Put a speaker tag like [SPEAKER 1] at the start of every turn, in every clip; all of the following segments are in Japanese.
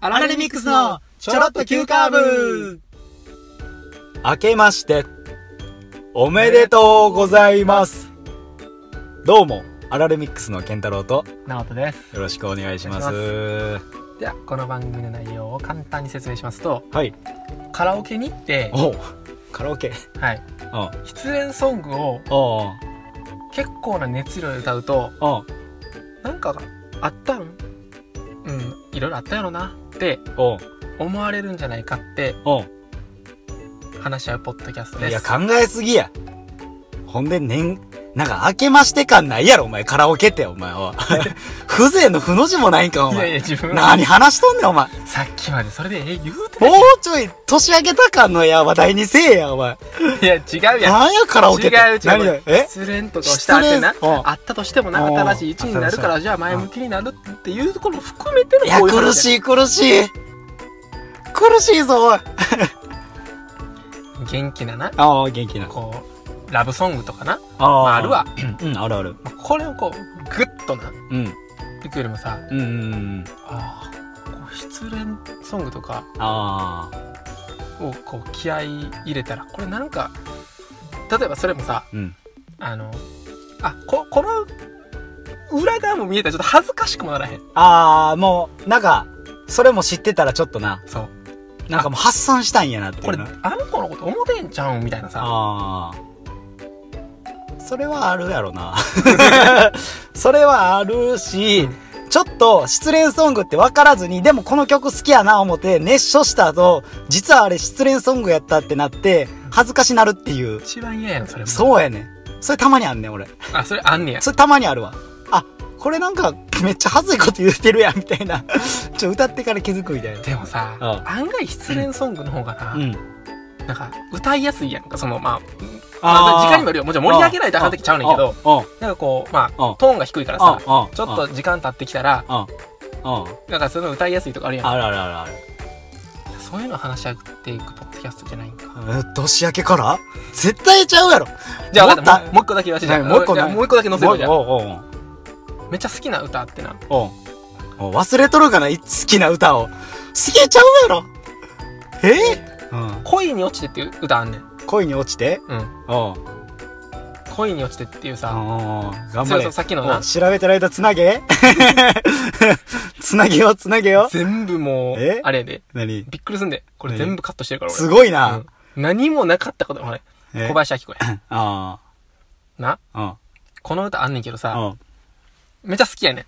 [SPEAKER 1] アラレミックスのちょろっと急カーブ
[SPEAKER 2] 明けまして、おめでとうございます。どうも、アラレミックスの健太郎と、
[SPEAKER 1] 直人です
[SPEAKER 2] よろしくお願いしま
[SPEAKER 1] お
[SPEAKER 2] す。
[SPEAKER 1] ではこの番組の内容を簡単に説明しますと
[SPEAKER 2] はい。
[SPEAKER 1] カラオケに行って、
[SPEAKER 2] おうカラオケ。
[SPEAKER 1] はい、
[SPEAKER 2] うん。あ
[SPEAKER 1] 失恋ソングを
[SPEAKER 2] あ、
[SPEAKER 1] 結構な熱量で歌うと
[SPEAKER 2] ああ、
[SPEAKER 1] なんかあったんうんいろいろあったやろなって
[SPEAKER 2] おう
[SPEAKER 1] 思われるんじゃないかって
[SPEAKER 2] おう
[SPEAKER 1] 話し合うポッドキャスト
[SPEAKER 2] い
[SPEAKER 1] で
[SPEAKER 2] や、
[SPEAKER 1] す
[SPEAKER 2] 考えすぎや。ほんで、年、なんか、明けまして感ないやろ、お前。カラオケって、お 前は。風情のふの字もないんか、お
[SPEAKER 1] いやい
[SPEAKER 2] 前。
[SPEAKER 1] や自分は
[SPEAKER 2] 何話しとんねん、お前。
[SPEAKER 1] さっきまでそれでえ言うて
[SPEAKER 2] もうちょい、年明けた感のや、話題にせえや、お前。
[SPEAKER 1] いや違うやん
[SPEAKER 2] なんや、カラオケって。
[SPEAKER 1] 違う違う
[SPEAKER 2] 何だえ
[SPEAKER 1] 失恋とかをしたってな
[SPEAKER 2] 失恋うん
[SPEAKER 1] あったとしてもな
[SPEAKER 2] うん
[SPEAKER 1] 新しい一になるからじゃあ前向きになるっていうところも含めての
[SPEAKER 2] いや、
[SPEAKER 1] こういう
[SPEAKER 2] 苦
[SPEAKER 1] 話
[SPEAKER 2] しい、苦しい。苦しいぞ、おい。
[SPEAKER 1] 元気なな
[SPEAKER 2] ああ、元気な。
[SPEAKER 1] こうラブソングとかな、
[SPEAKER 2] ああ
[SPEAKER 1] まあ、あるわ。
[SPEAKER 2] うん、あるある。
[SPEAKER 1] まあこれをこうグッとな
[SPEAKER 2] うん。
[SPEAKER 1] いくよりもさ
[SPEAKER 2] うんうんうん。
[SPEAKER 1] あーこう失恋ソングとか
[SPEAKER 2] ああ。
[SPEAKER 1] をこう気合い入れたらこれなんか例えばそれもさ
[SPEAKER 2] うん。
[SPEAKER 1] あのあここの裏側も見えたらちょっと恥ずかしくもならへん
[SPEAKER 2] ああ、もう、なんか、それも知ってたらちょっとな、
[SPEAKER 1] そう
[SPEAKER 2] なんかもう発散したんやなって
[SPEAKER 1] こ
[SPEAKER 2] い
[SPEAKER 1] れ
[SPEAKER 2] うな。
[SPEAKER 1] あの子のこと思てんちゃうんみたいなさ
[SPEAKER 2] ああ。それはあるやろ な。それはあるし、ちょっと失恋ソングって分からずに、でもこの曲好きやな思って熱唱した後、実はあれ失恋ソングやったってなって、恥ずかしなるっていう。
[SPEAKER 1] 一番嫌やんそれも
[SPEAKER 2] そうやねん。それたまにあんねん、俺。
[SPEAKER 1] あそれあんねや
[SPEAKER 2] それたまにあるわ。あ、これなんかめっちゃ恥ずいこと言ってるやん、みたいな。 ちょ、歌ってから気づくみたいな。
[SPEAKER 1] でもさ
[SPEAKER 2] う
[SPEAKER 1] 案外失恋ソングの方がな,、
[SPEAKER 2] うん。
[SPEAKER 1] なんか歌いやすいやんかそのまあまあ
[SPEAKER 2] あ
[SPEAKER 1] 時
[SPEAKER 2] ー
[SPEAKER 1] 間にもよるよもちろん盛り上げないとあかん時ちゃうねんけど
[SPEAKER 2] うん。うん。
[SPEAKER 1] なんかこうま
[SPEAKER 2] う
[SPEAKER 1] あト
[SPEAKER 2] ん
[SPEAKER 1] ーンが低いからさ
[SPEAKER 2] うん。
[SPEAKER 1] ちょっと時間経ってきたら
[SPEAKER 2] うん。うん。
[SPEAKER 1] なんかそういうの歌いやすいとかあるやん
[SPEAKER 2] あるあるあるある。
[SPEAKER 1] そういうの話し合っていくポッドキャストじゃないんか
[SPEAKER 2] えー年明けから絶対ちゃうやろ。
[SPEAKER 1] じゃあ分か
[SPEAKER 2] も
[SPEAKER 1] っ
[SPEAKER 2] ったた
[SPEAKER 1] もうもう一個だけ言わせてじゃあ
[SPEAKER 2] はいもう一個ね
[SPEAKER 1] じゃあもう一個だけ載せようじゃん
[SPEAKER 2] おうおうおう
[SPEAKER 1] めっちゃ好きな歌ってな
[SPEAKER 2] おうおう忘れとるかな、い好きな歌を。好きちゃうやろ。えー
[SPEAKER 1] 「恋に落ちて」っていう歌あんねん
[SPEAKER 2] うん。恋に落ちて。
[SPEAKER 1] うん
[SPEAKER 2] おう
[SPEAKER 1] 「恋に落ちて」っていう
[SPEAKER 2] おう
[SPEAKER 1] さ
[SPEAKER 2] おう頑
[SPEAKER 1] それ
[SPEAKER 2] 張れ
[SPEAKER 1] そう。さっきの
[SPEAKER 2] お
[SPEAKER 1] な
[SPEAKER 2] う調べてる間つなげ つなげようつなげよう
[SPEAKER 1] 全部もう
[SPEAKER 2] え
[SPEAKER 1] あれやで
[SPEAKER 2] 何
[SPEAKER 1] びっくりすんでこれ全部カットしてるから俺
[SPEAKER 2] すごいな。
[SPEAKER 1] うん何もなかったこともね
[SPEAKER 2] え
[SPEAKER 1] 小林明子や
[SPEAKER 2] あ
[SPEAKER 1] な
[SPEAKER 2] あ。
[SPEAKER 1] この歌あんねんけど
[SPEAKER 2] うん。
[SPEAKER 1] さ
[SPEAKER 2] うん。
[SPEAKER 1] めっちゃ好きやね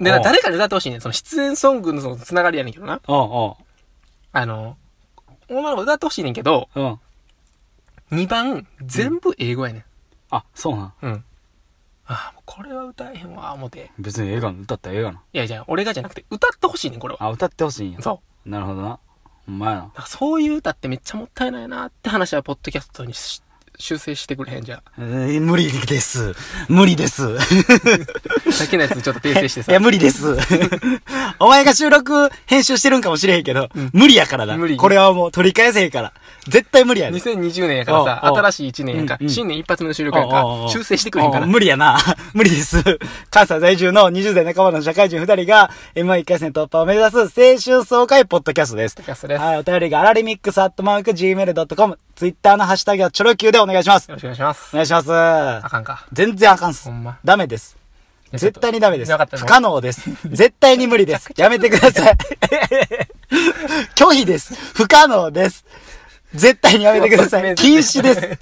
[SPEAKER 1] んでな
[SPEAKER 2] おう
[SPEAKER 1] 誰かに歌ってほしいねんその出演ソングのそのつながりやねんけどな
[SPEAKER 2] うん。
[SPEAKER 1] あの女の子歌ってほしいねんけど
[SPEAKER 2] うん。うん。
[SPEAKER 1] 2番全部英語やね
[SPEAKER 2] あ、そうなん。
[SPEAKER 1] んうんああもうこれは歌えへんわ思て
[SPEAKER 2] 別に映画の、歌ったら映画の。
[SPEAKER 1] いやいや俺がじゃなくて歌ってほしいねんこれは
[SPEAKER 2] あ、歌ってほしいんや。
[SPEAKER 1] そう
[SPEAKER 2] なるほどな。お前な。
[SPEAKER 1] だからそういう歌ってめっちゃもったいないなって話はポッドキャストにし修正してくれへんじゃあ
[SPEAKER 2] えー無理です。無理です。
[SPEAKER 1] だけのやつちょっと訂正して
[SPEAKER 2] い
[SPEAKER 1] さ
[SPEAKER 2] や、無理です。 お前が収録、編集してるんかもしれへんけど、無理やからな。
[SPEAKER 1] 無理
[SPEAKER 2] これはもう取り返せへんから。絶対無理やね。
[SPEAKER 1] 2020年やからさ、
[SPEAKER 2] おうおう
[SPEAKER 1] 新しい1年やんか
[SPEAKER 2] う、んうん
[SPEAKER 1] 新年一発目の収録やん
[SPEAKER 2] おうおうお
[SPEAKER 1] か、
[SPEAKER 2] う
[SPEAKER 1] 修正してくれへんから
[SPEAKER 2] うん。無理やな。無理です。関西在住の20代半ばの社会人2人が M11 回戦突破を目指す青春爽快ポッドキャストです。
[SPEAKER 1] ポッドキャストです
[SPEAKER 2] はい、お便りがアラリミックスアットマーク Gmail.com。ツイッターのハッシュタグはチョロ Q でお願いします
[SPEAKER 1] よ。ろしくお願いします
[SPEAKER 2] お。願いします。
[SPEAKER 1] あかんか。
[SPEAKER 2] 全然あかんっす
[SPEAKER 1] ほんま。
[SPEAKER 2] ダメです。絶対にダメです。
[SPEAKER 1] なかった
[SPEAKER 2] 不可 能です。絶対に無理です。やめてください。 拒否です。不可能です。絶対にやめてくださ い。禁止です。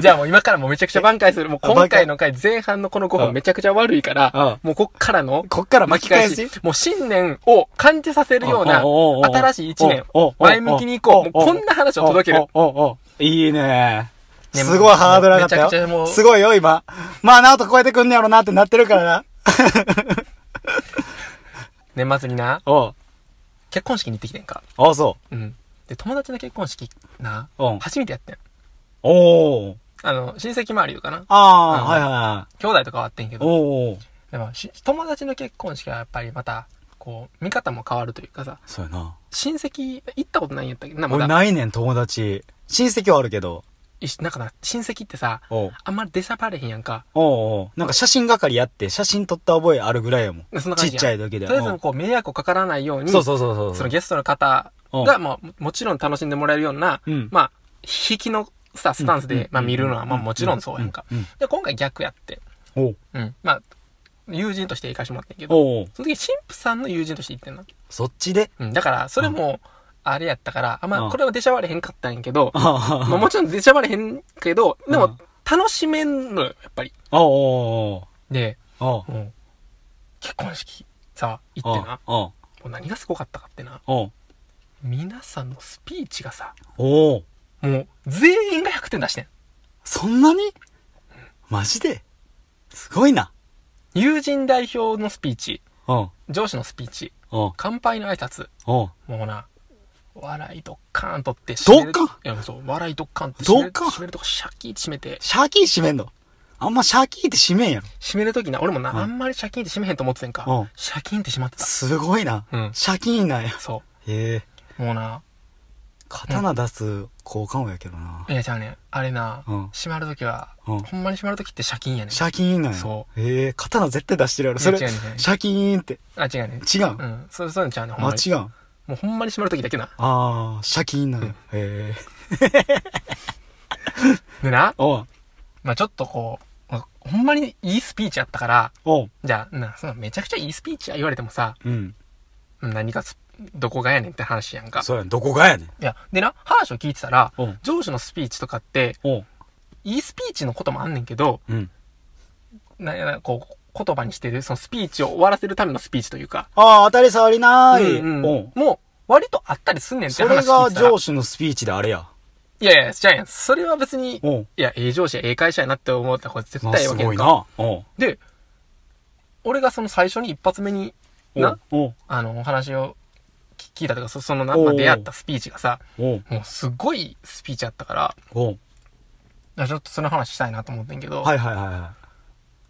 [SPEAKER 1] じゃあもう今からもうめちゃくちゃ挽回する。もう今回の回前半のこの5
[SPEAKER 2] う
[SPEAKER 1] 分
[SPEAKER 2] ん
[SPEAKER 1] めちゃくちゃ悪いか
[SPEAKER 2] うん
[SPEAKER 1] ら、もうこっからの
[SPEAKER 2] こっから
[SPEAKER 1] 巻き
[SPEAKER 2] 巻き
[SPEAKER 1] 返
[SPEAKER 2] 返
[SPEAKER 1] し
[SPEAKER 2] し。
[SPEAKER 1] もう新年を感じさせるような
[SPEAKER 2] おうおうおうおう
[SPEAKER 1] 新しい1年
[SPEAKER 2] おうおうおう。
[SPEAKER 1] 前向きに行こう。もうこんな話を届ける。
[SPEAKER 2] おおおおいいね。
[SPEAKER 1] ね
[SPEAKER 2] すごいハードル上がっ
[SPEAKER 1] めちゃく
[SPEAKER 2] た
[SPEAKER 1] ちゃもう
[SPEAKER 2] よ。すごいよ、今。まあ、なおと超えてくんねやろなってなってるからな。
[SPEAKER 1] 年末にな、
[SPEAKER 2] おう
[SPEAKER 1] 結婚式に行ってきてんか。
[SPEAKER 2] あ、そ
[SPEAKER 1] うん。で、友達の結婚式な
[SPEAKER 2] うん、
[SPEAKER 1] 初めてやってん。
[SPEAKER 2] う。おお。
[SPEAKER 1] あの、親戚周りとかな、
[SPEAKER 2] ああ、
[SPEAKER 1] うん
[SPEAKER 2] はいはいはい。
[SPEAKER 1] 兄弟とかはあってんけど、
[SPEAKER 2] おお。
[SPEAKER 1] でもし友達の結婚式はやっぱりまたこう見方も変わるというかさ
[SPEAKER 2] そうやな。
[SPEAKER 1] 親戚行ったことないんやったっけどなま
[SPEAKER 2] 俺
[SPEAKER 1] だ
[SPEAKER 2] ないねん、友達。親戚はあるけど。
[SPEAKER 1] いしなんかな、親戚ってさ、
[SPEAKER 2] おう
[SPEAKER 1] あんまり出しゃばれへんやんか。
[SPEAKER 2] おうおうなんか写真係やって、写真撮った覚えあるぐらいやもん。
[SPEAKER 1] そんな感
[SPEAKER 2] ちっ
[SPEAKER 1] じやん
[SPEAKER 2] ちゃい時
[SPEAKER 1] とり
[SPEAKER 2] で。
[SPEAKER 1] あえず
[SPEAKER 2] う
[SPEAKER 1] こう迷惑をかからないように、
[SPEAKER 2] んそうそうそうそう。
[SPEAKER 1] そのゲストの方
[SPEAKER 2] うん
[SPEAKER 1] が、まあ、ももちろん楽しんでもらえるような、
[SPEAKER 2] うん
[SPEAKER 1] まあ、引きのさ、スタンス
[SPEAKER 2] うんうん
[SPEAKER 1] で、まあ、見るのは、まあ、もちろんそうやんか。
[SPEAKER 2] うんうん
[SPEAKER 1] で、今回逆やって、
[SPEAKER 2] おう
[SPEAKER 1] うん。まあ、友人として行かしてもらってんけど、
[SPEAKER 2] おうおう
[SPEAKER 1] その時、神父さんの友人として行ってんな。
[SPEAKER 2] そっちで。
[SPEAKER 1] うん。だから、それも、あれやったから、あ、
[SPEAKER 2] う
[SPEAKER 1] ま
[SPEAKER 2] ん
[SPEAKER 1] あ、これは出しゃばれへんかったんやけど、
[SPEAKER 2] ああ
[SPEAKER 1] まあ、もちろん出しゃばれへんけど、で
[SPEAKER 2] うん
[SPEAKER 1] も、楽しめんのよ、やっぱり。
[SPEAKER 2] おうおう
[SPEAKER 1] で、
[SPEAKER 2] おうおう
[SPEAKER 1] うん結婚式、さ、行ってな、
[SPEAKER 2] おう
[SPEAKER 1] もう何がすごかったかってな、
[SPEAKER 2] おう
[SPEAKER 1] 皆さんのスピーチがさ、
[SPEAKER 2] おう
[SPEAKER 1] もう、全員が100点出してん。
[SPEAKER 2] そんなにマジですごいな。
[SPEAKER 1] 友人代表のスピーチ、
[SPEAKER 2] おう
[SPEAKER 1] 上司のスピーチ、
[SPEAKER 2] おう
[SPEAKER 1] 乾杯の挨拶、
[SPEAKER 2] おう
[SPEAKER 1] もうな、笑いドッカーンとって
[SPEAKER 2] ドッ
[SPEAKER 1] いや、そう、笑いドッカーンって
[SPEAKER 2] ド
[SPEAKER 1] 締め
[SPEAKER 2] ッ
[SPEAKER 1] る
[SPEAKER 2] カーン
[SPEAKER 1] 締めるとこシャキーって締めて、
[SPEAKER 2] シャキー閉めんのあんまシャキーって閉めんやろ。
[SPEAKER 1] 締めるときな、俺もな、
[SPEAKER 2] うん
[SPEAKER 1] あんまりシャキーンって締めへんと思っててんか
[SPEAKER 2] うん、
[SPEAKER 1] シャキーンって締まってた。
[SPEAKER 2] すごいな。
[SPEAKER 1] うん
[SPEAKER 2] シャキーなんや。
[SPEAKER 1] そ
[SPEAKER 2] へえ。
[SPEAKER 1] う。もうな、
[SPEAKER 2] 刀出す効果音やけどな。
[SPEAKER 1] いや、じゃあね、あれな、
[SPEAKER 2] うん
[SPEAKER 1] 締まるときは、
[SPEAKER 2] うん
[SPEAKER 1] ほんまに締まるときってシャキーンやねん。
[SPEAKER 2] シャキーンなんや。。
[SPEAKER 1] そう
[SPEAKER 2] へえ、刀絶対出してるやろ。それ、
[SPEAKER 1] いや違う違う違う
[SPEAKER 2] シャキーンって。
[SPEAKER 1] あ、違うね。
[SPEAKER 2] 違うん、
[SPEAKER 1] うん、そう、そういうのちゃうねん、ほん
[SPEAKER 2] あ、
[SPEAKER 1] まに。
[SPEAKER 2] 違うん。
[SPEAKER 1] もうほんまに締まるときだけな。
[SPEAKER 2] あー、シャキーンなんや。へえ。
[SPEAKER 1] でな、
[SPEAKER 2] おう
[SPEAKER 1] まあちょっとこう、まあほんまにいいスピーチやったから、
[SPEAKER 2] おう
[SPEAKER 1] じゃあ、な、そのめちゃくちゃいいスピーチや言われてもさ、
[SPEAKER 2] うん。
[SPEAKER 1] 何かすどこがやねんって話やんか。
[SPEAKER 2] そうやん。どこがやねん。
[SPEAKER 1] いや、でな、話を聞いてたら
[SPEAKER 2] うん、
[SPEAKER 1] 上司のスピーチとかって、
[SPEAKER 2] おう
[SPEAKER 1] いいスピーチのこともあんねんけど、
[SPEAKER 2] うん。
[SPEAKER 1] なんやな、こう、言葉にしてる、そのスピーチを終わらせるためのスピーチというか、
[SPEAKER 2] あー、当たり障りなーい。
[SPEAKER 1] うん
[SPEAKER 2] お
[SPEAKER 1] う、
[SPEAKER 2] うん
[SPEAKER 1] もう、割とあったりすんねんって
[SPEAKER 2] それ
[SPEAKER 1] 話聞い
[SPEAKER 2] が
[SPEAKER 1] てたら。
[SPEAKER 2] 上司のスピーチであれや。
[SPEAKER 1] いやいや、じゃあやん。それは別に、
[SPEAKER 2] おう
[SPEAKER 1] いや、ええ上司やええ会社やなって思ったらこれ絶
[SPEAKER 2] まあ
[SPEAKER 1] 対ええ
[SPEAKER 2] す
[SPEAKER 1] わけや
[SPEAKER 2] ご
[SPEAKER 1] ん
[SPEAKER 2] い
[SPEAKER 1] か。
[SPEAKER 2] な。おう
[SPEAKER 1] で、俺がその最初に一発目に、
[SPEAKER 2] おう
[SPEAKER 1] な、
[SPEAKER 2] おう
[SPEAKER 1] あの、お話を聞聞いたとか、そそのな、
[SPEAKER 2] おう
[SPEAKER 1] まあ、出会ったスピーチがさ、
[SPEAKER 2] おう
[SPEAKER 1] もうすごいスピーチやったから、
[SPEAKER 2] おう
[SPEAKER 1] いやちょっとその話したいなと思ってんけど、
[SPEAKER 2] はいはいはいはい。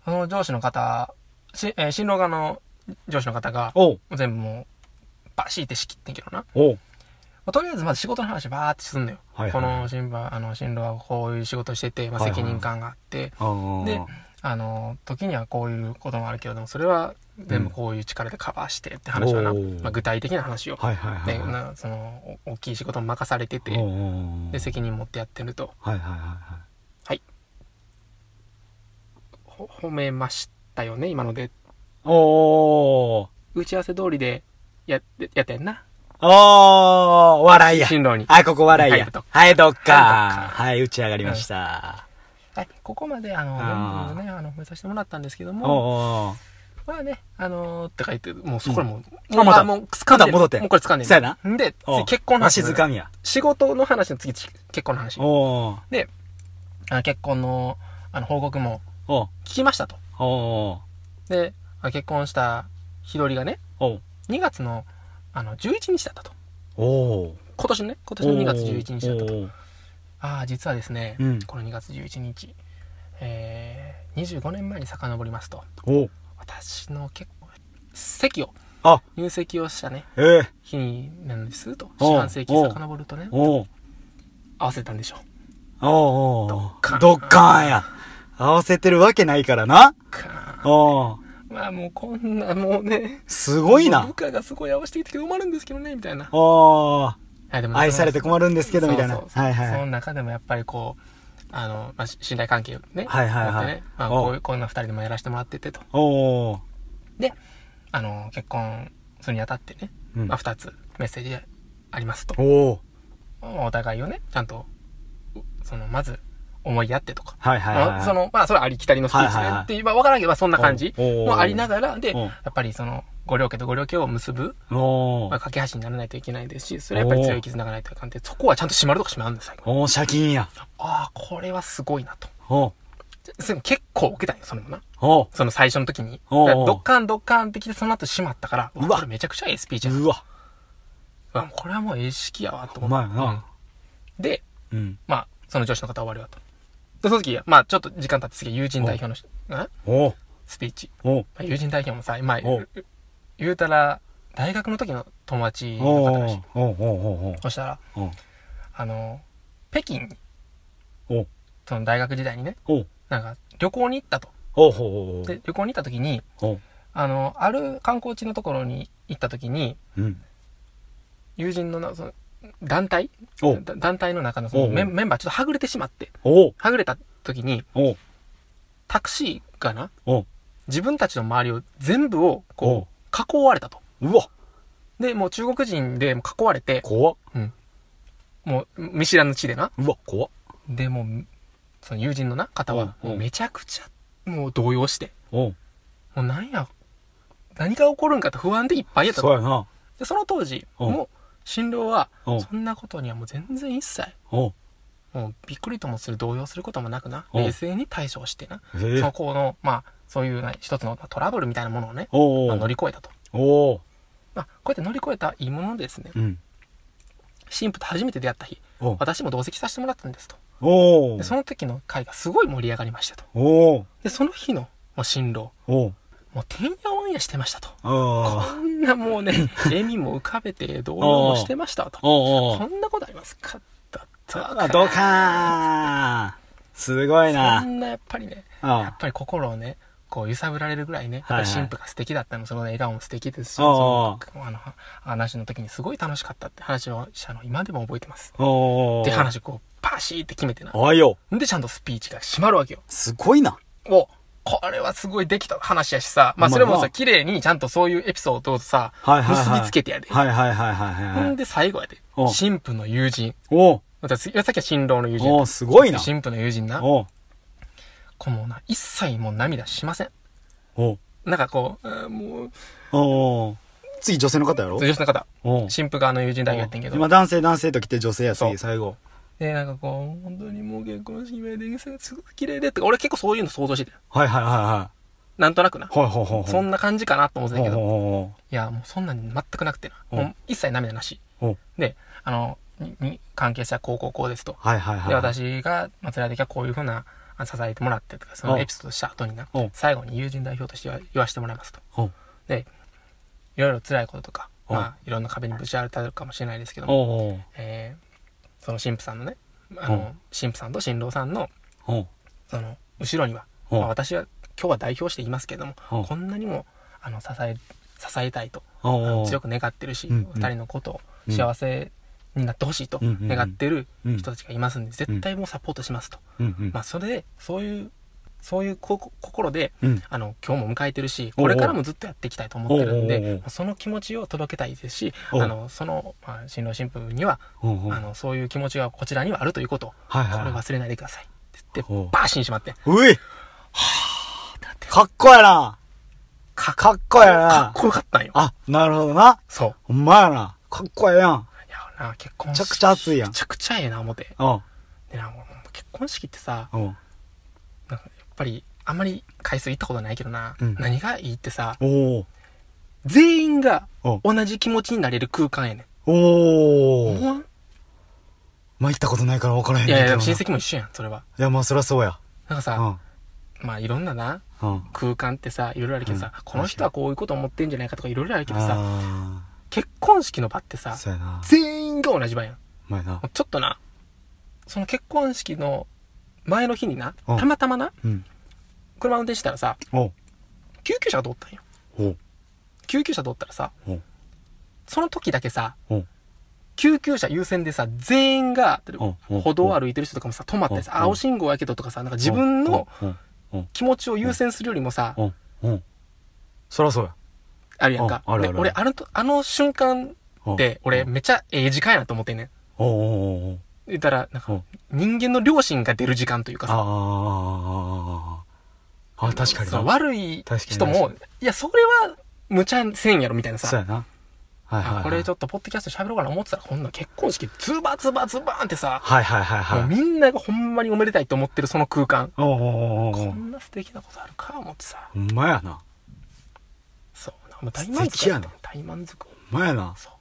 [SPEAKER 1] その上司の方、し、えー新郎側の上司の方が、
[SPEAKER 2] おう
[SPEAKER 1] 全部もう、バシーって仕切ってんけどな。ま
[SPEAKER 2] おう
[SPEAKER 1] あとりあえずまず仕事の話バーってすんのよ。
[SPEAKER 2] はいはい
[SPEAKER 1] この新郎、あの、新郎はこういう仕事してて、まあ、
[SPEAKER 2] はいはい
[SPEAKER 1] 責任感があって、
[SPEAKER 2] あー
[SPEAKER 1] であの、時にはこういうこともあるけれども、それは全部こういう力でカバーしてって話はな、
[SPEAKER 2] うんおー
[SPEAKER 1] まあ、具体的な話を。
[SPEAKER 2] はいはいはい
[SPEAKER 1] ね、
[SPEAKER 2] はい。
[SPEAKER 1] なその、お大きい仕事も任されて
[SPEAKER 2] おうお
[SPEAKER 1] て、
[SPEAKER 2] うおう
[SPEAKER 1] で、責任持ってやってると、
[SPEAKER 2] はいはいはいはい。
[SPEAKER 1] ほ褒めましたよね、今ので。
[SPEAKER 2] おー。
[SPEAKER 1] 打ち合わせ通りでやって、やってんな。
[SPEAKER 2] おー、笑いや。
[SPEAKER 1] 新郎に。
[SPEAKER 2] はい、ここ笑い
[SPEAKER 1] は
[SPEAKER 2] や
[SPEAKER 1] いどっ。
[SPEAKER 2] はい、どっか。
[SPEAKER 1] か
[SPEAKER 2] はい、打ち上がりました。
[SPEAKER 1] はい、ここまで、あの、
[SPEAKER 2] あー
[SPEAKER 1] 全部ね、あの、褒めさせてもらったんですけども、
[SPEAKER 2] おーおー。
[SPEAKER 1] まあね、あのー、って書いて、もうそこらもう、
[SPEAKER 2] んあまた
[SPEAKER 1] あもう掴んで
[SPEAKER 2] また
[SPEAKER 1] る、
[SPEAKER 2] 戻って
[SPEAKER 1] もうこれ掴んでる
[SPEAKER 2] そうやな。
[SPEAKER 1] で、
[SPEAKER 2] おう
[SPEAKER 1] 次結婚の話。
[SPEAKER 2] わしづかみや。
[SPEAKER 1] 仕事の話の次、ち結婚の話。
[SPEAKER 2] おー。
[SPEAKER 1] で、あ結婚のあの報告も
[SPEAKER 2] おー。
[SPEAKER 1] 聞きましたと。
[SPEAKER 2] おー。
[SPEAKER 1] で、あ結婚した日取りがね、
[SPEAKER 2] おー。
[SPEAKER 1] 2月のあの11日だったと。
[SPEAKER 2] おー。
[SPEAKER 1] 今年のね、今年の2月11日だったと。
[SPEAKER 2] おー。
[SPEAKER 1] ああ、実はですね、
[SPEAKER 2] うん
[SPEAKER 1] この2月11日、えー、25年前に遡りますと、
[SPEAKER 2] おー。
[SPEAKER 1] 私の結婚、席を、
[SPEAKER 2] あ、
[SPEAKER 1] 入籍をしたね、
[SPEAKER 2] えー。
[SPEAKER 1] 日になんですと、
[SPEAKER 2] お
[SPEAKER 1] 四半世紀遡るとね、
[SPEAKER 2] おー。
[SPEAKER 1] 合わせたんでしょう。
[SPEAKER 2] おー。
[SPEAKER 1] ドッカン
[SPEAKER 2] どっかんや。合わせてるわけないからな。
[SPEAKER 1] か
[SPEAKER 2] おー。
[SPEAKER 1] ーまあもうこんな、もうね、
[SPEAKER 2] すごい
[SPEAKER 1] 部
[SPEAKER 2] な。
[SPEAKER 1] 下がすごい合わせてきたけど困るんですけどね、みたいな。
[SPEAKER 2] おー。
[SPEAKER 1] はいでも
[SPEAKER 2] 愛されて困るんですけど、みたいな。
[SPEAKER 1] そうそうそう
[SPEAKER 2] はいはい
[SPEAKER 1] そ。の中でもやっぱりこう、あの、まあ、し信頼関係をね。
[SPEAKER 2] はいはいはい
[SPEAKER 1] 持ってねまあ、
[SPEAKER 2] おう
[SPEAKER 1] こういう、こんな二人でもやらせてもらっててと。
[SPEAKER 2] おー。
[SPEAKER 1] で、あの、結婚するにあたってね、
[SPEAKER 2] うん
[SPEAKER 1] まあ、二つメッセージありますと。
[SPEAKER 2] おー。
[SPEAKER 1] お互いをね、ちゃんと、うその、まず、思いやってとか。
[SPEAKER 2] はいはいはい
[SPEAKER 1] ま
[SPEAKER 2] は
[SPEAKER 1] あ
[SPEAKER 2] い。
[SPEAKER 1] その、まあ、それはありきたりのスピーチ
[SPEAKER 2] はいはい
[SPEAKER 1] ね
[SPEAKER 2] はい
[SPEAKER 1] って、まあ、わからんけど、まあ、そんな感じ
[SPEAKER 2] おうおうおう
[SPEAKER 1] もありながら、で、
[SPEAKER 2] おう
[SPEAKER 1] やっぱりその、ご両家とご両家を結ぶ、
[SPEAKER 2] お
[SPEAKER 1] まあ、
[SPEAKER 2] ー。
[SPEAKER 1] 架け橋にならないといけないですし、それはやっぱり強い絆がないといかんで、そこはちゃんと締まるとか締まるんです、最後。
[SPEAKER 2] おー、シャキーンや。
[SPEAKER 1] ああ、これはすごいなと。
[SPEAKER 2] おー。
[SPEAKER 1] でも結構受けたんよ、それもな。
[SPEAKER 2] おー。
[SPEAKER 1] その最初の時に。
[SPEAKER 2] おうおう
[SPEAKER 1] だからドッカンドッカンってきて、その後閉まったから、うわ
[SPEAKER 2] うわ
[SPEAKER 1] これめちゃくちゃええスピーチやな。
[SPEAKER 2] うわ。
[SPEAKER 1] うわこれはもうええ式やわ、と
[SPEAKER 2] お
[SPEAKER 1] 思っ
[SPEAKER 2] 前やな。
[SPEAKER 1] て。で、
[SPEAKER 2] うん。
[SPEAKER 1] まあ、その上司の方終わるわと。で、その時、まあ、ちょっと時間経って次、友人代表の人、ん
[SPEAKER 2] おー。
[SPEAKER 1] スピーチ。
[SPEAKER 2] おー。
[SPEAKER 1] まあ友人代表もさ、まあ
[SPEAKER 2] おう、
[SPEAKER 1] 言うたら、大学の時の友達の
[SPEAKER 2] お
[SPEAKER 1] 方
[SPEAKER 2] ー
[SPEAKER 1] だし。
[SPEAKER 2] おー。おー。おー。おー。
[SPEAKER 1] そしたら、
[SPEAKER 2] おー。
[SPEAKER 1] あの、北京
[SPEAKER 2] おう
[SPEAKER 1] その大学時代にね、
[SPEAKER 2] おう
[SPEAKER 1] なんか旅行に行ったと。
[SPEAKER 2] おうほう
[SPEAKER 1] で、旅行に行った時に、
[SPEAKER 2] おう
[SPEAKER 1] あの、ある観光地のところに行った時に、
[SPEAKER 2] うん
[SPEAKER 1] 友人のなその団体
[SPEAKER 2] おう
[SPEAKER 1] だ団体の中のその
[SPEAKER 2] おう
[SPEAKER 1] メンメンバーちょっとはぐれてしまって、
[SPEAKER 2] おう
[SPEAKER 1] はぐれた時に、
[SPEAKER 2] おう
[SPEAKER 1] タクシーがな、
[SPEAKER 2] おう
[SPEAKER 1] 自分たちの周りを全部を
[SPEAKER 2] おう
[SPEAKER 1] こう、囲われたと。
[SPEAKER 2] うわ
[SPEAKER 1] で、もう中国人でもう囲われて、
[SPEAKER 2] 怖っ
[SPEAKER 1] うん。もう、見知らぬ地でな。
[SPEAKER 2] うわ怖っ
[SPEAKER 1] で、もう、その友人のな、方は、
[SPEAKER 2] うん
[SPEAKER 1] もうめちゃくちゃ、もう動揺して、
[SPEAKER 2] おう
[SPEAKER 1] もうなんや、何が起こるんかと不安でいっぱいやった
[SPEAKER 2] そ
[SPEAKER 1] と。
[SPEAKER 2] うやな
[SPEAKER 1] で、その当時、
[SPEAKER 2] うん
[SPEAKER 1] もう、診療は、
[SPEAKER 2] うん
[SPEAKER 1] そんなことにはもう全然一切、
[SPEAKER 2] おう
[SPEAKER 1] もうびっくりともする、動揺することもなくな、
[SPEAKER 2] うん
[SPEAKER 1] 冷静に対処してな、
[SPEAKER 2] へえ
[SPEAKER 1] そこの、まあ、そういうな一つのまあトラブルみたいなものをね、
[SPEAKER 2] おう
[SPEAKER 1] まあ
[SPEAKER 2] お
[SPEAKER 1] 乗
[SPEAKER 2] う
[SPEAKER 1] り越えたと。
[SPEAKER 2] おう
[SPEAKER 1] まあ、こうやって乗り越えたいいものでですね、
[SPEAKER 2] うん
[SPEAKER 1] 神父と初めて出会った日、
[SPEAKER 2] おう
[SPEAKER 1] 私も同席させてもらったんですと。
[SPEAKER 2] おう
[SPEAKER 1] で、その時の会がすごい盛り上がりましたと。
[SPEAKER 2] おう
[SPEAKER 1] で、その日の、もう進路、
[SPEAKER 2] おう
[SPEAKER 1] もうてんやわんやしてましたと。
[SPEAKER 2] ああ
[SPEAKER 1] こんなもう ね、笑みも浮かべて動揺もしてましたと。
[SPEAKER 2] おうおう
[SPEAKER 1] こんなことありますかだった
[SPEAKER 2] あ
[SPEAKER 1] か。
[SPEAKER 2] ドカーンすごい
[SPEAKER 1] そ
[SPEAKER 2] なん
[SPEAKER 1] なやっぱりね、や
[SPEAKER 2] あ
[SPEAKER 1] っぱり心をね、こう揺さぶられるぐらいね、やっ
[SPEAKER 2] は
[SPEAKER 1] ぱ
[SPEAKER 2] いはい
[SPEAKER 1] り神父が素敵だったの、その笑顔も素敵ですし、そ
[SPEAKER 2] おう
[SPEAKER 1] のあの話の時にすごい楽しかったって話をしたの今でも覚えてます。
[SPEAKER 2] おおお
[SPEAKER 1] って話をこう、パシーって決めてな。
[SPEAKER 2] あいよ
[SPEAKER 1] んでちゃんとスピーチが閉まるわけよ。
[SPEAKER 2] すごいな
[SPEAKER 1] おこれはすごいできた話やしさ、まあ
[SPEAKER 2] まあ
[SPEAKER 1] それも
[SPEAKER 2] ま
[SPEAKER 1] さ、
[SPEAKER 2] あ
[SPEAKER 1] 綺麗にちゃんとそういうエピソードをさ、
[SPEAKER 2] はいはいはい
[SPEAKER 1] 結びつけてやで。
[SPEAKER 2] はいはいはいはいはい
[SPEAKER 1] ほ
[SPEAKER 2] は
[SPEAKER 1] ん
[SPEAKER 2] い
[SPEAKER 1] で最後やで。
[SPEAKER 2] お
[SPEAKER 1] 神父の友人。
[SPEAKER 2] おう
[SPEAKER 1] また次さっきは新郎の友人やった。
[SPEAKER 2] おうすごいな
[SPEAKER 1] 神父の友人な。
[SPEAKER 2] おう
[SPEAKER 1] このな、一切もう涙しません。
[SPEAKER 2] おう
[SPEAKER 1] なんかこう、あーもう、
[SPEAKER 2] おう次女性の方やろ
[SPEAKER 1] 女性の方、
[SPEAKER 2] おう
[SPEAKER 1] 神父側の友人代表やってんけど。
[SPEAKER 2] 今男性男性と来て女性や
[SPEAKER 1] そう
[SPEAKER 2] 次最後
[SPEAKER 1] で、なんかこう、本当にもう結婚式めで、すごく綺麗でって、俺結構そういうの想像してたよ。
[SPEAKER 2] はいはいはいは
[SPEAKER 1] なんとなくな。
[SPEAKER 2] いはいはいはいはい
[SPEAKER 1] そんな感じかなと思ってた
[SPEAKER 2] ほ
[SPEAKER 1] け
[SPEAKER 2] うほ
[SPEAKER 1] ど。
[SPEAKER 2] う
[SPEAKER 1] いや、もうそんなん全くなくてな。
[SPEAKER 2] お
[SPEAKER 1] もう一切涙なし。
[SPEAKER 2] ほうほう
[SPEAKER 1] で、あの、にに関係者はこうこうこうですと。
[SPEAKER 2] はいはいはい
[SPEAKER 1] で、私が、まあ、辛い時はこういうふうな、あ支えてもらってとか、その
[SPEAKER 2] うん
[SPEAKER 1] エピソードした後にな
[SPEAKER 2] うん、
[SPEAKER 1] 最後に友人代表としては言わせてもらいますと。
[SPEAKER 2] おう
[SPEAKER 1] で、いろいろ辛いこととか、
[SPEAKER 2] うん
[SPEAKER 1] まあ、いろんな壁にぶち当たるかもしれないですけども、
[SPEAKER 2] おう
[SPEAKER 1] えーその神父さんのね、あ
[SPEAKER 2] う
[SPEAKER 1] の、神父さんと新郎さんの、
[SPEAKER 2] おう
[SPEAKER 1] その、後ろには、
[SPEAKER 2] うん
[SPEAKER 1] まあ私は今日は代表して言いますけども、
[SPEAKER 2] うん
[SPEAKER 1] こんなにも、あの、支え、支えたいと、
[SPEAKER 2] おうおう
[SPEAKER 1] 強く願ってるし、
[SPEAKER 2] うん
[SPEAKER 1] 二人のことを幸せになってほしいと
[SPEAKER 2] うんうん
[SPEAKER 1] 願ってる
[SPEAKER 2] うん
[SPEAKER 1] 人たちがいますんで、絶対もうサポートしますと。
[SPEAKER 2] うんうん
[SPEAKER 1] まあ、それで、そういう、そういうここ心で、
[SPEAKER 2] うん
[SPEAKER 1] あの、今日も迎えてるし、
[SPEAKER 2] お
[SPEAKER 1] こ
[SPEAKER 2] うおう
[SPEAKER 1] れからもずっとやっていきたいと思ってるん
[SPEAKER 2] おうおうおう
[SPEAKER 1] で、その気持ちを届けたいですし、
[SPEAKER 2] おう
[SPEAKER 1] あの、その、まあ、新郎新婦には、
[SPEAKER 2] おうおう
[SPEAKER 1] あの、そういう気持ちがこちらにはあるということを、
[SPEAKER 2] はい
[SPEAKER 1] これ
[SPEAKER 2] はい
[SPEAKER 1] 忘れないでください。って言っ
[SPEAKER 2] お
[SPEAKER 1] て
[SPEAKER 2] う、
[SPEAKER 1] バーシンしまって。
[SPEAKER 2] う
[SPEAKER 1] だ
[SPEAKER 2] い
[SPEAKER 1] って
[SPEAKER 2] かっこやな
[SPEAKER 1] か
[SPEAKER 2] かっこやな
[SPEAKER 1] かっこよかったんよ。
[SPEAKER 2] あ、なるほどな。
[SPEAKER 1] そう。
[SPEAKER 2] ほんまやな。かっこええやん。
[SPEAKER 1] いや、俺な、結婚
[SPEAKER 2] め
[SPEAKER 1] 式
[SPEAKER 2] ちゃくちゃ熱いやん
[SPEAKER 1] めちゃくちゃええな、思って。
[SPEAKER 2] うん。
[SPEAKER 1] でな、俺もう結婚式ってさ、
[SPEAKER 2] うん。
[SPEAKER 1] なんかやっぱり、あんまり回数行ったことないけどな、
[SPEAKER 2] うん
[SPEAKER 1] 何がいいってさ、
[SPEAKER 2] おー。
[SPEAKER 1] 全員が
[SPEAKER 2] うん
[SPEAKER 1] 同じ気持ちになれる空間やね
[SPEAKER 2] お
[SPEAKER 1] ん。
[SPEAKER 2] ー。
[SPEAKER 1] もう
[SPEAKER 2] まあ、行ったこと ないから分からへん
[SPEAKER 1] い
[SPEAKER 2] ねん
[SPEAKER 1] やい
[SPEAKER 2] けど
[SPEAKER 1] や、
[SPEAKER 2] な
[SPEAKER 1] 親戚も一緒やん、それは。
[SPEAKER 2] いや、まあ、そりゃそうや。
[SPEAKER 1] なんか
[SPEAKER 2] う
[SPEAKER 1] さ、
[SPEAKER 2] ん。
[SPEAKER 1] まあいろんなな、
[SPEAKER 2] うん。
[SPEAKER 1] 空間ってさ、いろいろあるけどさ、
[SPEAKER 2] うん
[SPEAKER 1] この人はこういうこと思ってんじゃないかとかいろいろあるけどさ、
[SPEAKER 2] あ
[SPEAKER 1] 結婚式の場って
[SPEAKER 2] ー。
[SPEAKER 1] さ、
[SPEAKER 2] そうやな。
[SPEAKER 1] 全員が同じ場やん。も
[SPEAKER 2] まあな。
[SPEAKER 1] うちょっとな、その結婚式の前の日にな、
[SPEAKER 2] うん
[SPEAKER 1] たまたまな、
[SPEAKER 2] うん。
[SPEAKER 1] 車運転してたらさ、
[SPEAKER 2] おう。
[SPEAKER 1] 救急車が通ったんよ。
[SPEAKER 2] おう。
[SPEAKER 1] 救急車通ったらさ、
[SPEAKER 2] おう。
[SPEAKER 1] その時だけさ、
[SPEAKER 2] おう。
[SPEAKER 1] 救急車優先でさ、全員が
[SPEAKER 2] うんうん、
[SPEAKER 1] 歩道を歩いてる人とかもさ、止まってさ、
[SPEAKER 2] うん
[SPEAKER 1] 青信号やけどとかさ、なんか自分の
[SPEAKER 2] うん。うん。
[SPEAKER 1] 気持ちを優先するよりもさ、
[SPEAKER 2] うん。うん。そりゃそうや。
[SPEAKER 1] あるやんか。
[SPEAKER 2] うんあるあ
[SPEAKER 1] で、
[SPEAKER 2] る
[SPEAKER 1] 俺、あのと、あの瞬間って、俺、めちゃええ時間やなと思ってんねん。
[SPEAKER 2] おうおうおうおう。
[SPEAKER 1] 言ったら、なん
[SPEAKER 2] う
[SPEAKER 1] か
[SPEAKER 2] ん、
[SPEAKER 1] 人間の良心が出る時間というかさ、
[SPEAKER 2] あー。あ、確かに
[SPEAKER 1] その
[SPEAKER 2] な。
[SPEAKER 1] 悪い
[SPEAKER 2] 確かに
[SPEAKER 1] 人も、いや、それは、無茶せんやろ、みたいな
[SPEAKER 2] そう
[SPEAKER 1] さ。
[SPEAKER 2] やな。はいはいは
[SPEAKER 1] あ
[SPEAKER 2] い。
[SPEAKER 1] これち
[SPEAKER 2] ょ
[SPEAKER 1] ょ
[SPEAKER 2] っ
[SPEAKER 1] っと、ポッドキャスト喋ろうかな思ってたら、こんな結婚式、ズバズバズバーンってさ、
[SPEAKER 2] はいはいはい
[SPEAKER 1] もう
[SPEAKER 2] はい。
[SPEAKER 1] みんながほんまにおめでたいと思ってるその空間。
[SPEAKER 2] おうおうおうお
[SPEAKER 1] こ
[SPEAKER 2] うん
[SPEAKER 1] な素敵なことあるか、思ってさ。
[SPEAKER 2] ほんまやな。
[SPEAKER 1] そう。なんかもう大満
[SPEAKER 2] 素敵
[SPEAKER 1] 足
[SPEAKER 2] や
[SPEAKER 1] っ
[SPEAKER 2] な
[SPEAKER 1] た。大満足。
[SPEAKER 2] ほんまやな。
[SPEAKER 1] そう。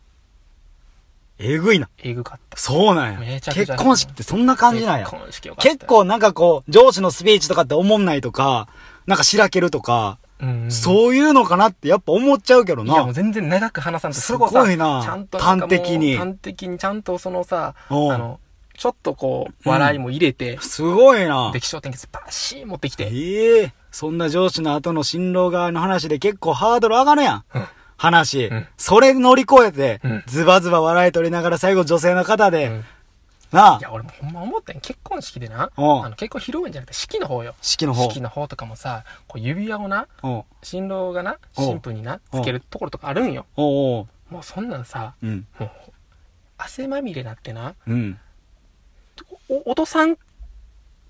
[SPEAKER 2] えぐいな。
[SPEAKER 1] えぐかった。
[SPEAKER 2] そうなんや
[SPEAKER 1] め。ちゃくちゃ
[SPEAKER 2] 結婚式ってそんな感じなんや
[SPEAKER 1] 結。婚式よかった。
[SPEAKER 2] 結、構なんかこう、上司のスピーチとかって思んないとか、なんかしらけるとか、
[SPEAKER 1] うん。
[SPEAKER 2] そういうのかなってやっぱ思っちゃうけど
[SPEAKER 1] いや、もう
[SPEAKER 2] な。
[SPEAKER 1] 全然長く話さんと
[SPEAKER 2] す
[SPEAKER 1] ご
[SPEAKER 2] ご
[SPEAKER 1] さ
[SPEAKER 2] いな
[SPEAKER 1] ちゃんとんかもう
[SPEAKER 2] 端的に
[SPEAKER 1] 端的に、ちゃんとそのさ、あ
[SPEAKER 2] おう
[SPEAKER 1] の、ちょっとこう、笑いも入れて、
[SPEAKER 2] すごいな。
[SPEAKER 1] 歴史を転結バシーン持ってきて、
[SPEAKER 2] ええそんな上司の後の新郎側の話で結構ハードル上がるやん。
[SPEAKER 1] うん
[SPEAKER 2] 話、
[SPEAKER 1] うん
[SPEAKER 2] それ乗り越えて、
[SPEAKER 1] うん
[SPEAKER 2] ズバズバ笑い取りながら最後女性の方で、
[SPEAKER 1] うん
[SPEAKER 2] ないあ、
[SPEAKER 1] や、俺もほんま思ったんや結婚式でな、あ
[SPEAKER 2] おう
[SPEAKER 1] の結婚披露宴じゃなくて式の方よ。
[SPEAKER 2] 式の方。
[SPEAKER 1] 式の方とかもさ、こう指輪をな、
[SPEAKER 2] おう
[SPEAKER 1] 新郎がな、
[SPEAKER 2] おう
[SPEAKER 1] 新婦にな、つけるところとかあるんよ。
[SPEAKER 2] おうおう
[SPEAKER 1] もうそんなんさ、
[SPEAKER 2] うん。
[SPEAKER 1] もう、汗まみれなってな、
[SPEAKER 2] うん。
[SPEAKER 1] お落とさん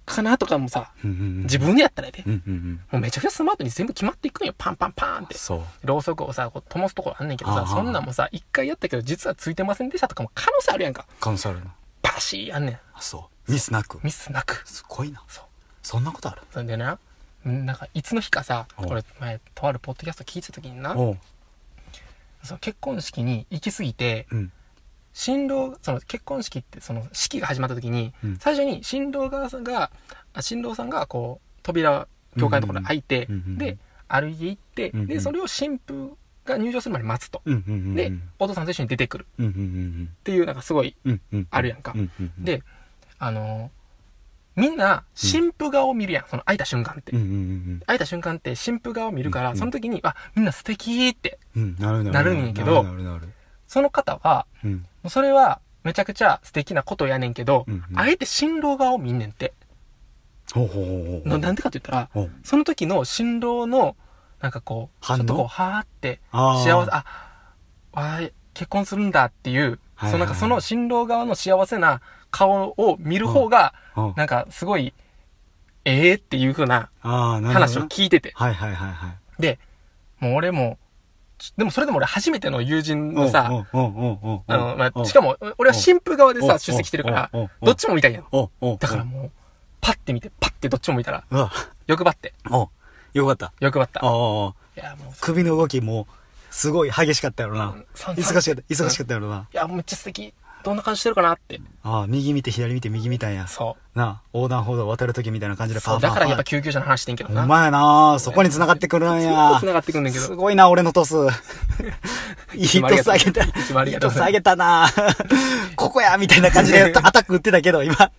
[SPEAKER 1] かなとかもさ、
[SPEAKER 2] 自
[SPEAKER 1] 自分でやったらやで。
[SPEAKER 2] うんうんうん。
[SPEAKER 1] もうめちゃくちゃスマートに全部決まっていくんよ。パンパンパーンって。
[SPEAKER 2] そう。
[SPEAKER 1] ろうそくをさ、こう灯すところあんねんけど
[SPEAKER 2] あ
[SPEAKER 1] さ、
[SPEAKER 2] あ
[SPEAKER 1] そんなんもさ、一回やったけど実はついてませんでしたとかも可能性あるやんか。
[SPEAKER 2] 可能性あるな。
[SPEAKER 1] バシーやんねん。
[SPEAKER 2] あ、そう。ミスなく。
[SPEAKER 1] ミスなく。
[SPEAKER 2] すごいな。
[SPEAKER 1] そう。
[SPEAKER 2] そんなことある
[SPEAKER 1] それでな、んなんかいつの日かさ、
[SPEAKER 2] おう
[SPEAKER 1] これ前、とあるポッドキャスト聞いてた時にな、
[SPEAKER 2] おう。
[SPEAKER 1] その結婚式に行き過ぎて、
[SPEAKER 2] うん。
[SPEAKER 1] 新郎、その結婚式って、その式が始まった時に、
[SPEAKER 2] うん
[SPEAKER 1] 最初に新郎側さんが、あ新郎さんがこう、扉、教会のところで開いて、
[SPEAKER 2] うんうんうん
[SPEAKER 1] で、歩いて行って、
[SPEAKER 2] うんうん
[SPEAKER 1] で、それを新婦が入場するまで待つと。
[SPEAKER 2] うんうんうんうん。
[SPEAKER 1] で、お父さんと一緒に出てくる
[SPEAKER 2] うんうん
[SPEAKER 1] っていう、なんかすごい、
[SPEAKER 2] うんうん。うんうん。
[SPEAKER 1] あるやんか
[SPEAKER 2] ううんうん、
[SPEAKER 1] で、あのーみんな、新婦側を見るやん、その開いた瞬間って。
[SPEAKER 2] うんうんうん
[SPEAKER 1] 開いた瞬間って新婦側を見るから、
[SPEAKER 2] うん
[SPEAKER 1] その時に、あ、みんな素敵って。
[SPEAKER 2] うん。うん、なるなる。
[SPEAKER 1] なるんやけど
[SPEAKER 2] なるなるなる。
[SPEAKER 1] その方は、
[SPEAKER 2] うん。
[SPEAKER 1] もうそれは、めちゃくちゃ素敵なことやねんけど、
[SPEAKER 2] うんうん
[SPEAKER 1] あえて新郎側を見んねんって。
[SPEAKER 2] ほうほうほうほう。
[SPEAKER 1] ななんでかって言ったら、
[SPEAKER 2] ほう
[SPEAKER 1] その時の新郎の、なんかこう、ち
[SPEAKER 2] 反応
[SPEAKER 1] ょっとこう、はーって、
[SPEAKER 2] あー
[SPEAKER 1] 幸せ、あ、わー結婚するんだっていう、
[SPEAKER 2] はいはいはい
[SPEAKER 1] そのなんかその新郎側の幸せな顔を見る方が、
[SPEAKER 2] うん
[SPEAKER 1] なんかすごい、ええー、っていう風な
[SPEAKER 2] ああ、なるほどな。
[SPEAKER 1] 話を聞いてて。
[SPEAKER 2] はいはいはいはい。
[SPEAKER 1] で、もう俺も、ちでもそれでも俺初めての友人のさ、
[SPEAKER 2] おう、おうおうおう
[SPEAKER 1] あの、まあ、しか
[SPEAKER 2] も、
[SPEAKER 1] も俺は新婦側で
[SPEAKER 2] おうお
[SPEAKER 1] さ、
[SPEAKER 2] う
[SPEAKER 1] 出席してるから
[SPEAKER 2] おうおう、おう
[SPEAKER 1] どっちも見たいやん。
[SPEAKER 2] おうおう
[SPEAKER 1] だから、もう、パッて見て、パッてどっちも見たら、
[SPEAKER 2] うわ、
[SPEAKER 1] 欲張って、
[SPEAKER 2] おうよかった。
[SPEAKER 1] 欲張った。
[SPEAKER 2] ああああ、
[SPEAKER 1] いや、もう、
[SPEAKER 2] 首の動きも、すごい激しかったやろな。
[SPEAKER 1] 三
[SPEAKER 2] 忙しかった、忙しかったやろな。
[SPEAKER 1] いや、もうめっちゃ素敵。どんな感じしてるかなって。
[SPEAKER 2] ああ、右見て左見て右見たんや。
[SPEAKER 1] そ
[SPEAKER 2] なあ、横断歩道渡るときみたいな感じ
[SPEAKER 1] う。
[SPEAKER 2] で
[SPEAKER 1] そ
[SPEAKER 2] パ
[SPEAKER 1] う
[SPEAKER 2] ー
[SPEAKER 1] だ
[SPEAKER 2] パ
[SPEAKER 1] からやっ
[SPEAKER 2] ー
[SPEAKER 1] ぱ。救急車の話してんけど
[SPEAKER 2] ほ
[SPEAKER 1] な。
[SPEAKER 2] んまやなそこに繋がってくるんや。
[SPEAKER 1] 繋がってくんねんけ
[SPEAKER 2] す
[SPEAKER 1] ど。
[SPEAKER 2] ごいな、俺のトス。いいトスあげた。い
[SPEAKER 1] いつもあり
[SPEAKER 2] い
[SPEAKER 1] がと
[SPEAKER 2] ト
[SPEAKER 1] うご
[SPEAKER 2] ス
[SPEAKER 1] ざ
[SPEAKER 2] あ
[SPEAKER 1] います
[SPEAKER 2] げたなここやみたいな感じでアタック打ってたけど、今。
[SPEAKER 1] あ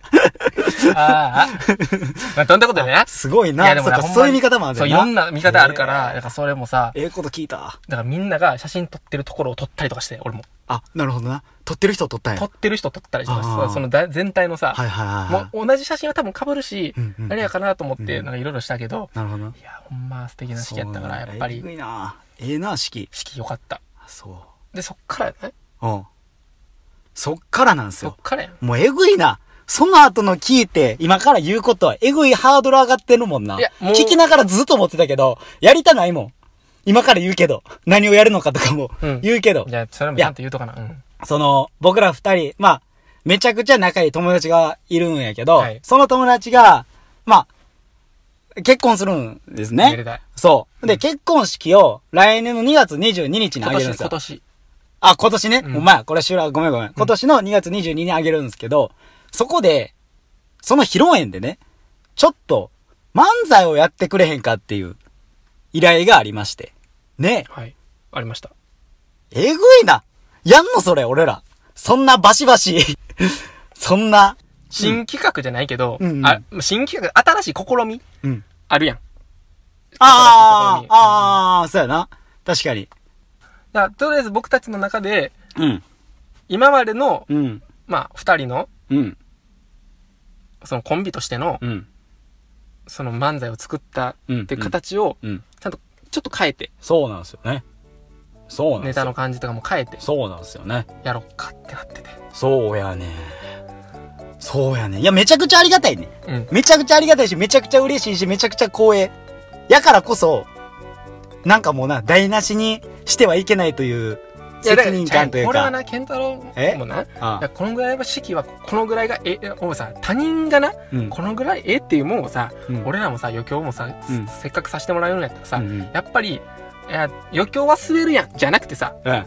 [SPEAKER 1] あ。 まあ、どんなことだよね。
[SPEAKER 2] すごい
[SPEAKER 1] いや、
[SPEAKER 2] な
[SPEAKER 1] でも
[SPEAKER 2] そう
[SPEAKER 1] な
[SPEAKER 2] か、
[SPEAKER 1] ほんまに
[SPEAKER 2] そういう見方もある
[SPEAKER 1] そう、いろんな見方あるから、だからそれもさ、
[SPEAKER 2] ええこと聞いた。
[SPEAKER 1] だからみんなが写真撮ってるところを撮ったりとかして、俺も。
[SPEAKER 2] あ、なるほどな。撮ってる人撮ったんや。
[SPEAKER 1] 撮ってる人撮ったりとかして
[SPEAKER 2] あー
[SPEAKER 1] そうそのだ全体のさ、
[SPEAKER 2] はいはいはいはい。
[SPEAKER 1] もう同じ写真は多分被るし
[SPEAKER 2] うんうんう、ん
[SPEAKER 1] あれやかなと思って、
[SPEAKER 2] うん
[SPEAKER 1] なんかいろいろしたけど、
[SPEAKER 2] なるほどな。
[SPEAKER 1] いや、ほんま素敵な式やったから、やっぱ
[SPEAKER 2] えぐ
[SPEAKER 1] り、
[SPEAKER 2] いなええな式。
[SPEAKER 1] 式良かった。
[SPEAKER 2] そ
[SPEAKER 1] で、そっからやね。
[SPEAKER 2] う。うん。そっからなんです
[SPEAKER 1] そっ
[SPEAKER 2] よ。
[SPEAKER 1] からやん。
[SPEAKER 2] もうえぐいな。その後の聞いて、今から言うことは、えぐいハードル上がってるもんな。
[SPEAKER 1] いやもう
[SPEAKER 2] 聞きながらずっと思ってたけど、やりたないもん。今から言うけど、何をやるのかとかも
[SPEAKER 1] うん
[SPEAKER 2] 言うけど、
[SPEAKER 1] じゃあ、それもちゃんと言うとかな。うん。
[SPEAKER 2] その、僕ら二人、まあ、めちゃくちゃ仲いい友達がいるんやけど、
[SPEAKER 1] はい
[SPEAKER 2] その友達が、まあ、結婚するんですね。
[SPEAKER 1] めでたい
[SPEAKER 2] そう。で、結婚式を来年の2月22日に
[SPEAKER 1] 今
[SPEAKER 2] あげる
[SPEAKER 1] 年、
[SPEAKER 2] んです
[SPEAKER 1] 今
[SPEAKER 2] よ。
[SPEAKER 1] 年。
[SPEAKER 2] あ、今年ね。
[SPEAKER 1] うん
[SPEAKER 2] お前、これ修羅、ごめんごめん。今年の2月22日にあげるんですけど、そこで、その披露宴でね、ちょっと、漫才をやってくれへんかっていう依頼がありまして。ね
[SPEAKER 1] はい。ありました。
[SPEAKER 2] え、えぐいな。やんのそれ、俺ら。そんなバシバシ。 そんな。
[SPEAKER 1] 新企画じゃないけど、
[SPEAKER 2] うんうん
[SPEAKER 1] あ新企画、新しい試み
[SPEAKER 2] うん。
[SPEAKER 1] あるやん。新しい
[SPEAKER 2] あ
[SPEAKER 1] 試み
[SPEAKER 2] あ、ああ、そうやな。確かに。
[SPEAKER 1] だからとりあえず僕たちの中で、
[SPEAKER 2] うん。
[SPEAKER 1] 今までの、
[SPEAKER 2] うん。
[SPEAKER 1] まあ、二人の、
[SPEAKER 2] うん。
[SPEAKER 1] そのコンビとしての、
[SPEAKER 2] うん。
[SPEAKER 1] その漫才を作った
[SPEAKER 2] うん
[SPEAKER 1] っていう形を、
[SPEAKER 2] うん。
[SPEAKER 1] ちゃんと、ちょっと変えて、
[SPEAKER 2] そうなんですよね。そうなんで
[SPEAKER 1] ネ
[SPEAKER 2] すよ
[SPEAKER 1] タの感じとかも変えて、
[SPEAKER 2] そうなんですよね。
[SPEAKER 1] やろっかってなってて。
[SPEAKER 2] そうやね。そうやね。いや、めちゃくちゃありがたいね。
[SPEAKER 1] うん。
[SPEAKER 2] めちゃくちゃありがたいし、めちゃくちゃ嬉しいし、めちゃくちゃ光栄。やからこそ、なんかもうな、台無しにしてはいけないという、責任感という
[SPEAKER 1] これは
[SPEAKER 2] か。
[SPEAKER 1] な、ケンタロ
[SPEAKER 2] え
[SPEAKER 1] ウもな、
[SPEAKER 2] あ
[SPEAKER 1] いやこのぐらいは式は、このぐらいがえ、えもうさ、他人がな、
[SPEAKER 2] うん
[SPEAKER 1] このぐらいええっていうもんをさ、
[SPEAKER 2] うん
[SPEAKER 1] 俺らもさ、余興もさ、
[SPEAKER 2] うん
[SPEAKER 1] せっかくさせてもらうのやったらさ、
[SPEAKER 2] うんうん
[SPEAKER 1] やっぱり、いや余興は滑るやん、じゃなくてさ、
[SPEAKER 2] うん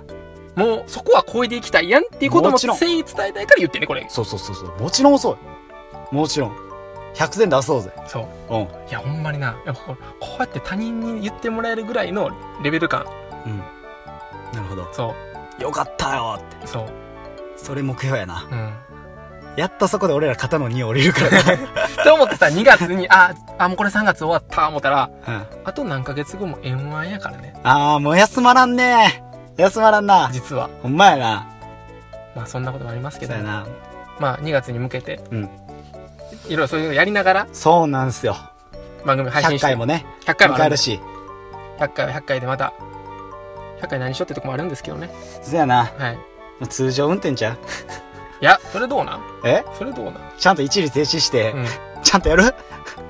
[SPEAKER 1] もうそこは超えていきたいやんっていうことも
[SPEAKER 2] もちろん
[SPEAKER 1] 誠意伝えたいから言ってね、これ。
[SPEAKER 2] そうそうそうそう。もちろんそうよ。もちろん。100点出そうぜ。
[SPEAKER 1] そう。
[SPEAKER 2] うん。
[SPEAKER 1] いや、ほんまにな、やっぱこうこうやって他人に言ってもらえるぐらいのレベル感。
[SPEAKER 2] うん。なるほど。
[SPEAKER 1] そ
[SPEAKER 2] よかったよって。
[SPEAKER 1] う。そう。
[SPEAKER 2] それ目標やな。
[SPEAKER 1] うん。
[SPEAKER 2] やっとそこで俺ら肩の荷降りるから
[SPEAKER 1] と思って さ、2月に、あ、あ、もうこれ3月終わった、思ったら、
[SPEAKER 2] な、うん、
[SPEAKER 1] あと何ヶ月後も M1 やからね、
[SPEAKER 2] ああもう休まらんね休まらんな
[SPEAKER 1] 実は。
[SPEAKER 2] ほんまやな
[SPEAKER 1] まあそんなこともありますけ
[SPEAKER 2] そう
[SPEAKER 1] ど
[SPEAKER 2] や、な
[SPEAKER 1] まあ2月に向けて、
[SPEAKER 2] うん
[SPEAKER 1] いろいろそういうのやりながら、
[SPEAKER 2] そうなんすよ
[SPEAKER 1] 番組配信
[SPEAKER 2] 100
[SPEAKER 1] して。
[SPEAKER 2] 回もね
[SPEAKER 1] 100回も
[SPEAKER 2] 迎
[SPEAKER 1] あ
[SPEAKER 2] え
[SPEAKER 1] る
[SPEAKER 2] る
[SPEAKER 1] し。
[SPEAKER 2] し
[SPEAKER 1] 100回は100回でまた、100回何しようってとこもあるんですけどね。
[SPEAKER 2] そうやな
[SPEAKER 1] はい。い
[SPEAKER 2] 通常運転じゃん
[SPEAKER 1] や、それどうなん
[SPEAKER 2] え
[SPEAKER 1] それどうなん
[SPEAKER 2] ちゃんと一時停止して、
[SPEAKER 1] うん。
[SPEAKER 2] ちゃんとやる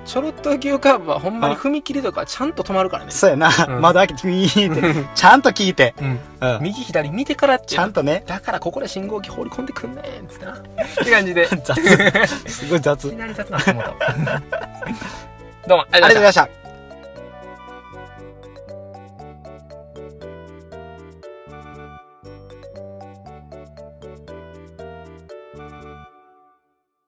[SPEAKER 1] ちょろっと急カーブはほんまに
[SPEAKER 2] あ
[SPEAKER 1] 踏切とかちゃんと止まるからね。
[SPEAKER 2] そうやな、
[SPEAKER 1] うん
[SPEAKER 2] 窓開けてウィーンってちゃんと聞いて、
[SPEAKER 1] うん。
[SPEAKER 2] うん、
[SPEAKER 1] 右左見てからって。
[SPEAKER 2] ちゃんとね
[SPEAKER 1] だからここで信号機放り込んでくんねんっつってな。って感じ で。い
[SPEAKER 2] 雑すごい雑あ り
[SPEAKER 1] きなり雑な話もうたどうも、ありがとうございま
[SPEAKER 2] がとうご
[SPEAKER 1] し
[SPEAKER 2] ざ
[SPEAKER 1] た
[SPEAKER 2] い。ました